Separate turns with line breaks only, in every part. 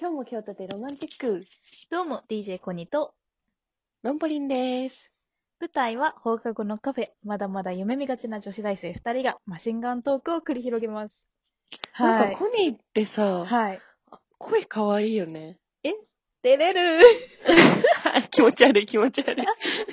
今日も京都でロマンティック、
どうも、DJ コニと、
ロンポリンです。
舞台は放課後のカフェ、まだまだ夢見がちな女子大生2人がマシンガントークを繰り広げます。は
なん
い
か。コニーってさ、
はい。
声かわいいよね。
出れる
気持ち悪い気持ち悪い。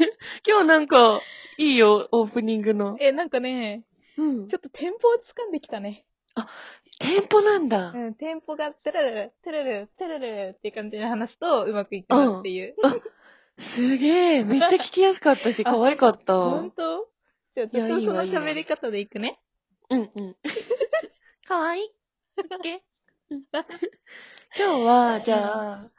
今日なんか、いいよ、オープニングの。
え、なんかね、
うん
ちょっとテンポを掴んできたね。
テンポなんだ。
うん、テンポがテレレ、テレレ、テレレっていう感じの話とうまくいくなっていう。
すげえ、めっちゃ聞きやすかった し、
あ
可愛かった。う
本
ん
当じゃあ、
いやいいわ
私も
いい
そ
わ
の喋り方でいくね。
うん。かわいい。OK 今日は、じゃあ、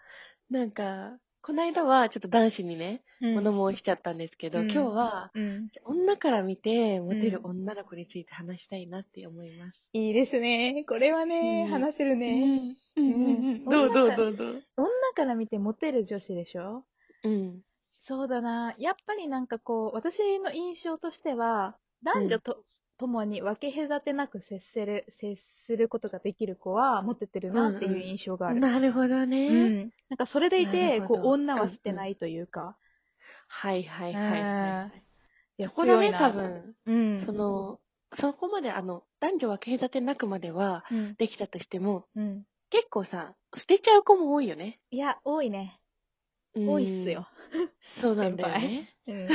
なんか、この間はちょっと男子にね、
うん
物申しちゃったんですけど、
うん
今日は、
うん。
女から見て、モテる
うん
女の子について話したいなって思います。
いいですね。これはね、
うん
話せる
う
ね。
ん。うんうん。ど
ど
う
う
ど
ど
う
う
ど
ど
うどう。
女から見てモテる女子でしょ
うん。
そうだな。やっぱりなんかこう、私の印象としては、男女と、ともに分け隔てなく接する、接することができる子はモテてるなっていう印象がある。
なるほどね。
うんなんかそれでい
な
て、
るほ
こ
ど
う、女は捨てないというか。
はいはいはいは
う
い。
ん
そこだね、
強いな
多分。
うん。
その、そこまであの、男女分け隔てなくまでは
うん、
できたとしても、
うん。
結構さ、捨てちゃう子も多いよね。
いや、多いね。多いっすよ。
うん。そうなんだよね。
うん。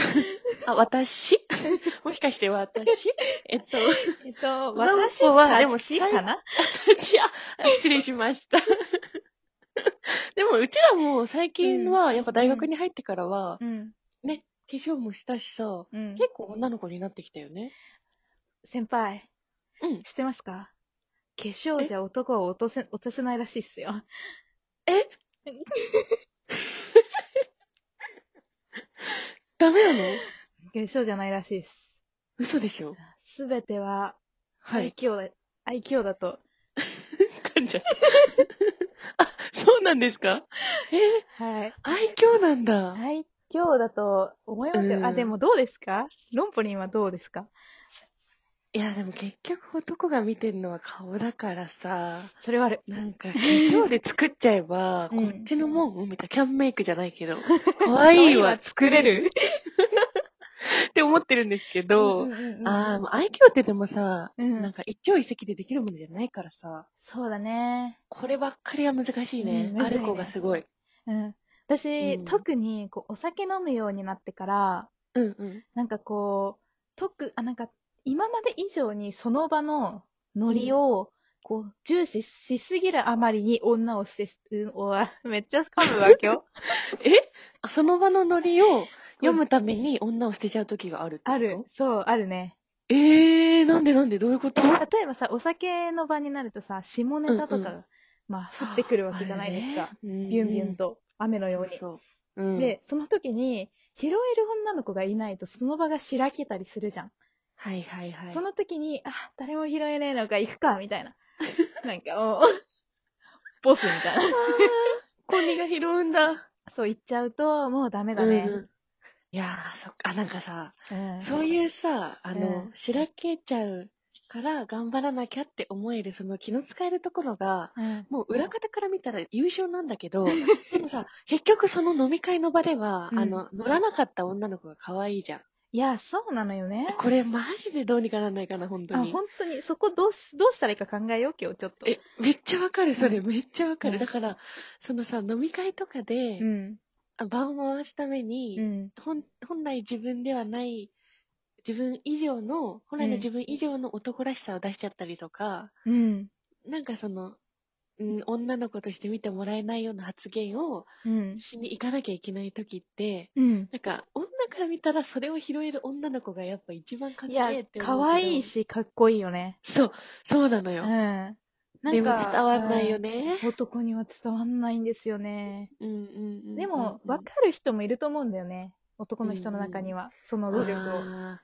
あ、私 もしかして 私えっと、
えっと、
女の
私
子はでも
たちかな
違う。失礼しました。でも、うちらも最近は、やっぱ大学に入ってからは、
うん。
ね、化粧もしたしさ、
うん。
結構女の子になってきたよね。
先輩、
うん
知ってますか化粧じゃ男を落とせ、落とせないらしいっすよ。
ダメなの
化粧じゃないらしいっす。
嘘でしょ
すべては、
は
愛
い。
嬌だ、愛嬌だと。
噛んじゃった あ、そうなんですかえー
はい。
愛嬌なんだ。
愛嬌だと思います
うん
よ。あ、でもどうですかロンポリンはどうですか
いや、でも結局男が見てるのは顔だからさ、
それはある。
なんか化粧で作っちゃえば、
うん
こっちのもん、みたいな、キャンメイクじゃないけ ど、可愛いは作れる。 って思ってるんですけど、
んんん
ああ、もう愛嬌ってでもさ、
うん
なんか一朝一夕でできるものじゃないからさ、
そうだね。
こればっかりは難しいね。
うん
ある子
難しいね
がすごい。
うん。私、
うん
特に、こう、お酒飲むようになってから、
うんうん。
なんかこう、特、あ、なんか、今まで以上にその場のノリを、こう、重視しすぎるあまりに女を捨てし、うん、おわめっちゃ噛むわ、今 日。
あその場のノリを読むために女を捨てちゃう時があるってこと
ある。そう、あるね。
ええー、なんでなんでどういうこと
例えばさ、お酒の場になるとさ、下ネタとかが、
うん
まあ、降ってくるわけじゃないですか。。ビ
ビ
ュンビュンと、雨のように。
そうそう。うん、
で、その時に、拾える女の子がいないと、その場がしらけたりするじゃん。
はいはいはい。
その時に、あ、誰も拾えねえのか、行くか、みたいな。なんかもう、ボスみ たいな。
コニが拾うんだ。
そう言っちゃうと、もうダメだね。
うんうんいやー、そっか、あ、なんかさ、
うん
そういうさ、あの、
うん
しらけちゃうから頑張らなきゃって思える、その気の使えるところが、
うん
もう裏方から見たら優勝なんだけ ど、でもさ、結局その飲み会の場では、
うん
あの、乗らなかった女の子が可愛いじゃん。
いや、そうなのよね。
これマジでどうにかなんないかな、本当
あ、
に。
本当に、そこどうし、どうしたらいいか考えよう、今日ちょっと。
え、めっちゃわかる、それ、めっちゃわか
う
る。
ん
だから、そのさ、飲み会とかで
う、ん。
あ場を回すために、
うん。
本本来自分ではない、自分以上の、本来の自分以上の男らしさを出しちゃったりとか、
うん。
なんかその、うん、女の子として見てもらえないような発言を
うん。
しに行かなきゃいけない時って、
うん。
なんか、女から見たらそれを拾える女の子がやっぱ一番かっ
い
こ
や
いいって、思うけど。
可愛い。し、かっこいいよね。
そう、そうなの
う
よ。
ん。なんか、
でも伝わんないよね。
うん。男には伝わんないんですよね。
うんうんうんうんうん。
でも、わかる人もいると思うんだよね。男の人の中には、その努力を。
あー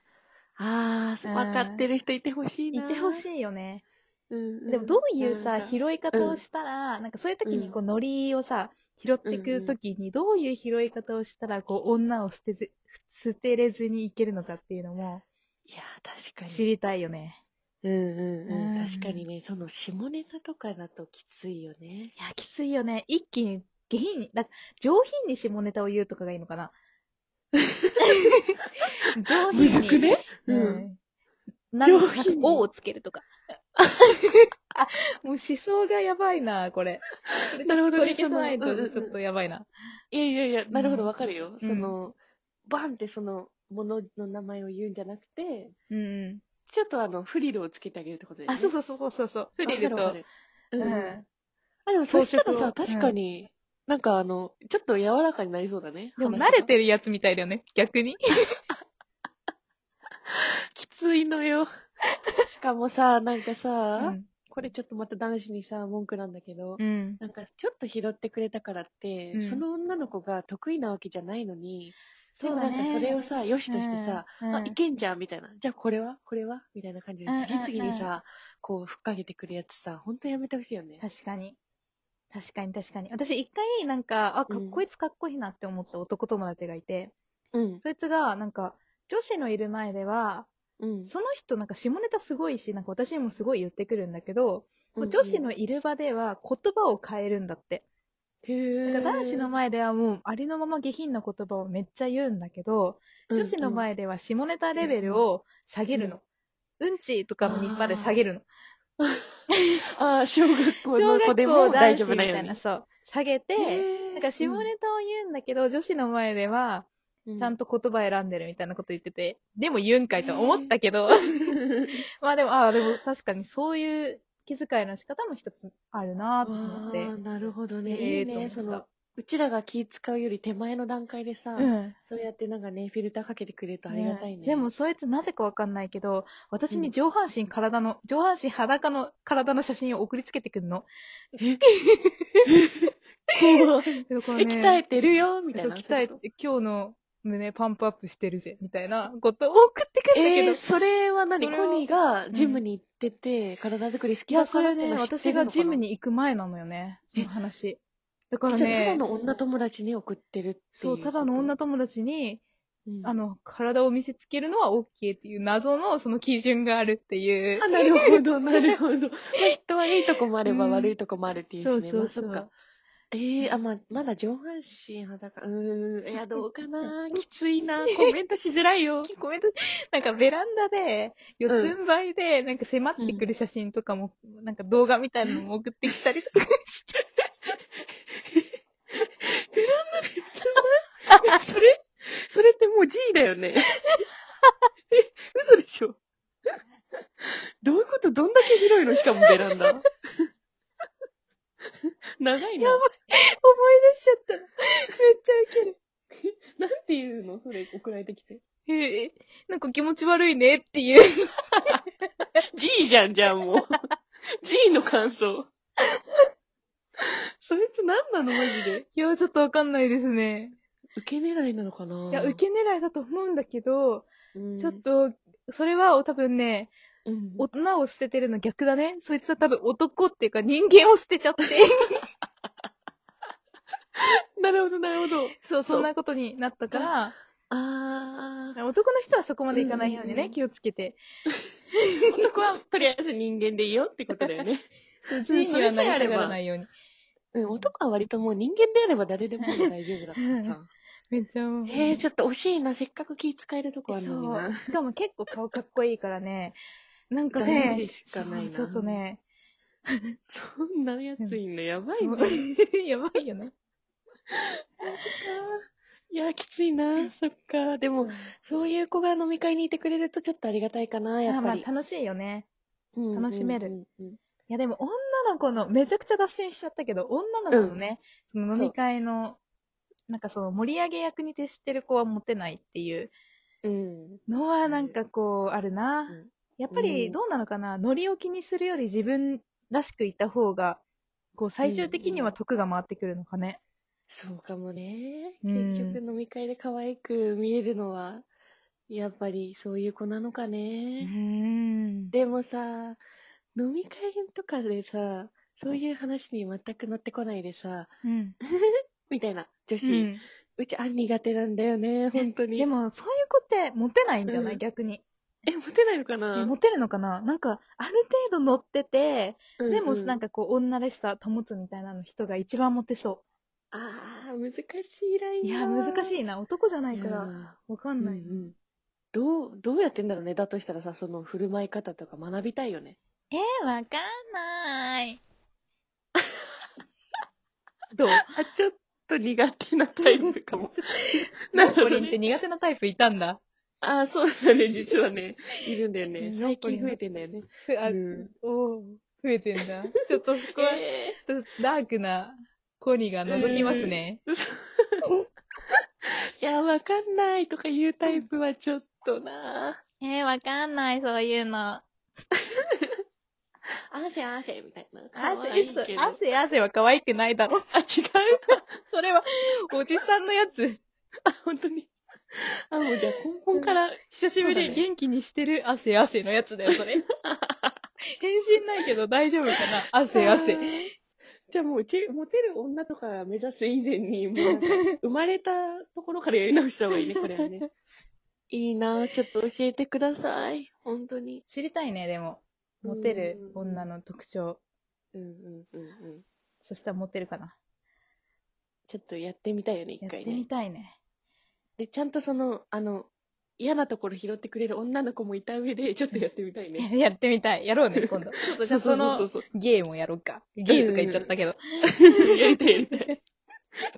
あー、
うん
わかってる人いてほしい
い
な。
てほ
い。
しいよね。
うん、
でも、どういうさ、
広
拾い方をしたら、なんかそういう時に、こう、ノリをさ、拾っていく時に、どういう拾い方をしたら、こう、女を捨てず、捨てれずにいけるのかっていうのも、
いやー、確か
知
に。
りたいよね。
うんうんう
うん
ん。確かにね、その下ネタとかだときついよね。
いや、きついよね。一気に下品に、だ上品に下ネタを言うとかがいいの かな。上
む
品
ず
に。
くね
う
うん。
ん。なんか
上品に
おをつけるとか。 あ、もう思想がやばいな、これ。これ
なるほどね
取り消さない
そのうんうんう
と
ん
ちょっとやばいな。
いやいやいや、なるほど、わかるよ。
うん
その、バンってその、ものの名前を言うんじゃなくて、
うんう
ちょっとあの、フリルをつけてあげるってことで
ん。
すね。
あ、そう
う、
そうそうそうそう。
フリルと。
わ
わ
かるわか
う
る
ん。
うん
あ、でもそしたら
装飾を
さ、確かに、なんかあの、ちょっと柔らかになりそうだね。
でも
話が
慣れてるやつみたいだよね、逆に。
きついの よ。しかもさ、なんかさ、
うん
これちょっとまた男子にさ、文句なんだけど、
うん。
なんかちょっと拾ってくれたからって、
うん
その女の子が得意なわけじゃないのに、
そうだね
でもなんかそれをさ、良しとしてさ、
うん
あ、いけんじゃんみたいな。じゃあこれはこれはみたいな感じで
うん、
次々に
うんう
さ、こう、ふっかけてくるやつさ、ほんとやめてほしいよね。
確かに。確かに確かに。私一回、なんか、あ、かっこいいつかっこいいなって思った男友達がいて、
うん。
そいつが、なんか、女子のいる前では、
うん。
その人なんか下ネタすごいし、なんか私にもすごい言ってくるんだけど、こう女子のいる場では言葉を変えるんだって。
へ
な
ー、
んか男子の前ではもうありのまま下品な言葉をめっちゃ言うんだけど、女子の
うんうん
前では下ネタレベルを下げるの。うんちとかの日課で下げるの。
あー小学校
小
の
学
子で
校
も
男
大
子
丈
み
夫な
た
いよ
な、
ね。
そう。下げて、なんか下ネタを言うんだけど、女子の前では、
タ
ちゃん
と。
と言葉選んでるみたいなこと言ってて、でも言うんかいと思ったけど、 まあでも、ああ、でも確かにそういう気遣いの仕方も一つあるな
あ
と思って。
ーなるほどね。
え
い
え
いね。
と
そ
思った
の、うちらが気使うより手前の段階でさ、
うん。
そうやってなんかね、フィルターかけてくれるとありがたいね。
でも、そいつなぜかわかんないけど、私に上半身体の、上半身裸の体の写真を送りつけてくんの。
こう、
でこれね
鍛 えてるよ、みたい
そう、
な。
鍛
そうい
え
うこ
て、今日の胸パンプアップしてるぜ、みたいなことを送ってく
と。
るんだけ
え
ど、
ー、それは何
それは
コニーがジムに行ってて、体作り好
い
き
や、
だ
そ
から
れ
って
ね、
のを知って
私
るのかな
がジムに行く前なのよね、その話。だから
じゃあただ
ね、
の女友達に送ってるっていう。
そう、ただの女、友達に、
うん
あの、体を見せつけるのは OK っていう謎のその基準があるっていう
あ、。なるほ ど、なるほど。まあ、人はいいとこもあれば
うん
悪いとこもあるっていうしね。
そうそうそう
まあ、そっか。ええあ、まあ、まだ上半身裸。うーん、いや、どうかな。きついな。コメントしづらいよ。
ごめんなさいなんかベランダで、四つん這いで、なんか迫ってくる写真とかも、なんか動画みたいなのも送ってきたりとか。
それそれってもう G だよね。え、 嘘でしょ。どういうことどんだけ広いのしかもベランダ。 長いな。
思い出しちゃった。めっちゃウケる。
なんていうのそれ送られてきて。
えーなんか気持ち悪いねっていう。
G じゃん、じゃん、もう。G の感想。そいつ何なの、マジで。
いや、ちょっとわかんないですね。
受け狙いなのかない
や、受け狙いだと思うんだけど、
うん
ちょっ、と、それは多分ね、
うん
大人を捨ててるの逆だね。そいつは多分男っていうか人間を捨てちゃって。
なるほど、なるほど。そ
そう、
う
そんなことになったから、
あー。
男の人はそこまでいかないように
うんうんう
ね、
ん
気をつけて。
男はとりあえず人間でいいよってことだよね。
自由にはなり
それさえあれ
た
ば
がらないように。
うん、男は割ともう人間であれば誰でも大丈夫だからさ。
めっちゃ思う。
えー、ちょっと惜しいな。せっかく気使えるとこあるのに
そう。
な。
しかも結構顔かっこいいからね。なんか
ざんま
ね
り、しかないな
そうちょっとね、
そんなやついんのやばいね。
そう やばいよね。
いや、きついな。そっか。でも、そういう子が飲み会にいてくれるとちょっとありがたいかな、や
あ
っ
ま
ぱ
あ
り。
楽しいよね。
うん
楽しめる。
うんうんうん
いやでも女の子の、めちゃくちゃ脱線しちゃったけど、女の子のね、その飲み会の、なんかその盛り上げ役に徹してる子はモテないっていう
うん。
のはなんかこう、あるな。
うん
やっぱりどうなのかな、ノリを気にするより自分らしくいた方が、こう最終的には得が回ってくるのかね。
そうかもね。
うん
結局飲み会で可愛く見えるのは、やっぱりそういう子なのか
う
ね。
ん。
でもさ、飲み会とかでさ、そういう話に全く乗ってこないでさ、
うん。
みたいな女
う
子、うんちあん苦手なんだよね、本当に。
でも、そういう子ってモテないんじゃない、
うん
逆に。
え、モテないのか
え
な
モテるのかななんか、ある程度乗ってて、でもなん
か。
かこう、女らしさ保つみたいなの人が一番モテそ
あー、難しいライ
う。
ン
いや、難しいな。男じゃないから、
ら。
わかん
うんう
ない。
ん。どう、どうやってんだろうね。だとしたらさ、その振る舞い方とか学びたいよ ね。
えー、わかんない。どう
あ、ちょっと苦手なタイプか も。な
ナ
る
ポ
ほ
リ
ど
ン
ね
って苦手なタイプいたんだ。
あ、そうだね。実はね、いるんだよね。
ナ
最
ポリ
近
の
増えてんだよね。
ふあ
うん
おー増えてんだ。ちょっとそこは、
え
ちょっとダークなコニーが覗きますね。
ーいや、わかんないとか言うタイプはちょっとな
えー、わかんない、そういうの。
汗汗みたいな。可愛
汗
いけ、ど
汗、汗は可愛くないだろ。
あ、違う
それは、おじさんのやつ。
あ、 本当に。あ、 もうじゃあ根本から、
久しぶ
そうだ
り、
ね
元気にしてる汗、汗のやつだよ、そ れ。返信ないけど大丈夫かな汗、汗。。
じゃあもううち、モテる女とか目指す以前に、もうなんか生まれたところからやり直した方がいいね、これはね。 いいなぁちょっと教えてください。本当に。
知りたいね、でも。モテる女の特徴。
うんうんうんうん。
そしたらモテるかな。
ちょっとやってみたいよね、一
やっ
回
て
ね
み。たいね。
で、ちゃんとその、あの、嫌なところ拾ってくれる女の子もいた上で、ちょっとやってみたいね。
やってみたい。やろう ね、今度。ちょっとじゃあその、
そう
ゲームをやろうか。ゲーとか言っちゃったけど。
そう。 やりたいやりたい。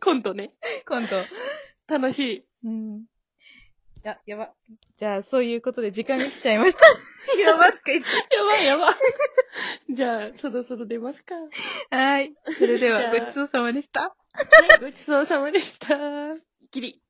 今度ね。
今度。
楽しい。
うん。あ、やば。じゃあ、そういうことで時間が来ちゃいました。 やばっか言って。
やばいやばい。じゃあ、そろそろ出ますか。
はい。それ
じ
で
ゃ
は、
あ
ごちそうさまでした。
はい、ごちそうさまでした。きり。